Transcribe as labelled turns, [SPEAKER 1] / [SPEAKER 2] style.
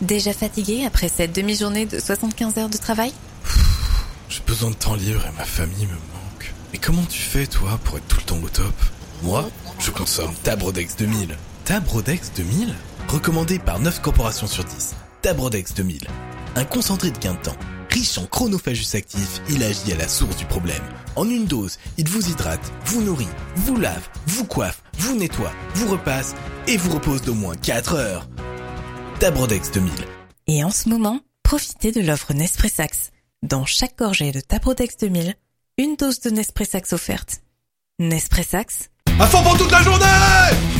[SPEAKER 1] Déjà fatigué après cette demi-journée de 75 heures de travail
[SPEAKER 2] J'ai besoin de temps libre et ma famille me manque. Mais comment tu fais, toi, pour être tout le temps au top Moi, je consomme Tabrodex 2000. Tabrodex 2000 Recommandé par 9 corporations sur 10. Tabrodex 2000. Un concentré de gain de temps. Riche en chronophagus actif, il agit à la source du problème. En une dose, il vous hydrate, vous nourrit, vous lave, vous coiffe, vous nettoie, vous repasse et vous repose d'au moins 4 heures. Tabrodex 2000.
[SPEAKER 1] Et en ce moment, profitez de l'offre Nespressax. Dans chaque gorgée de Taprodex 2000, une dose de Nespressax offerte. Nespressax,
[SPEAKER 3] À fond pour toute la journée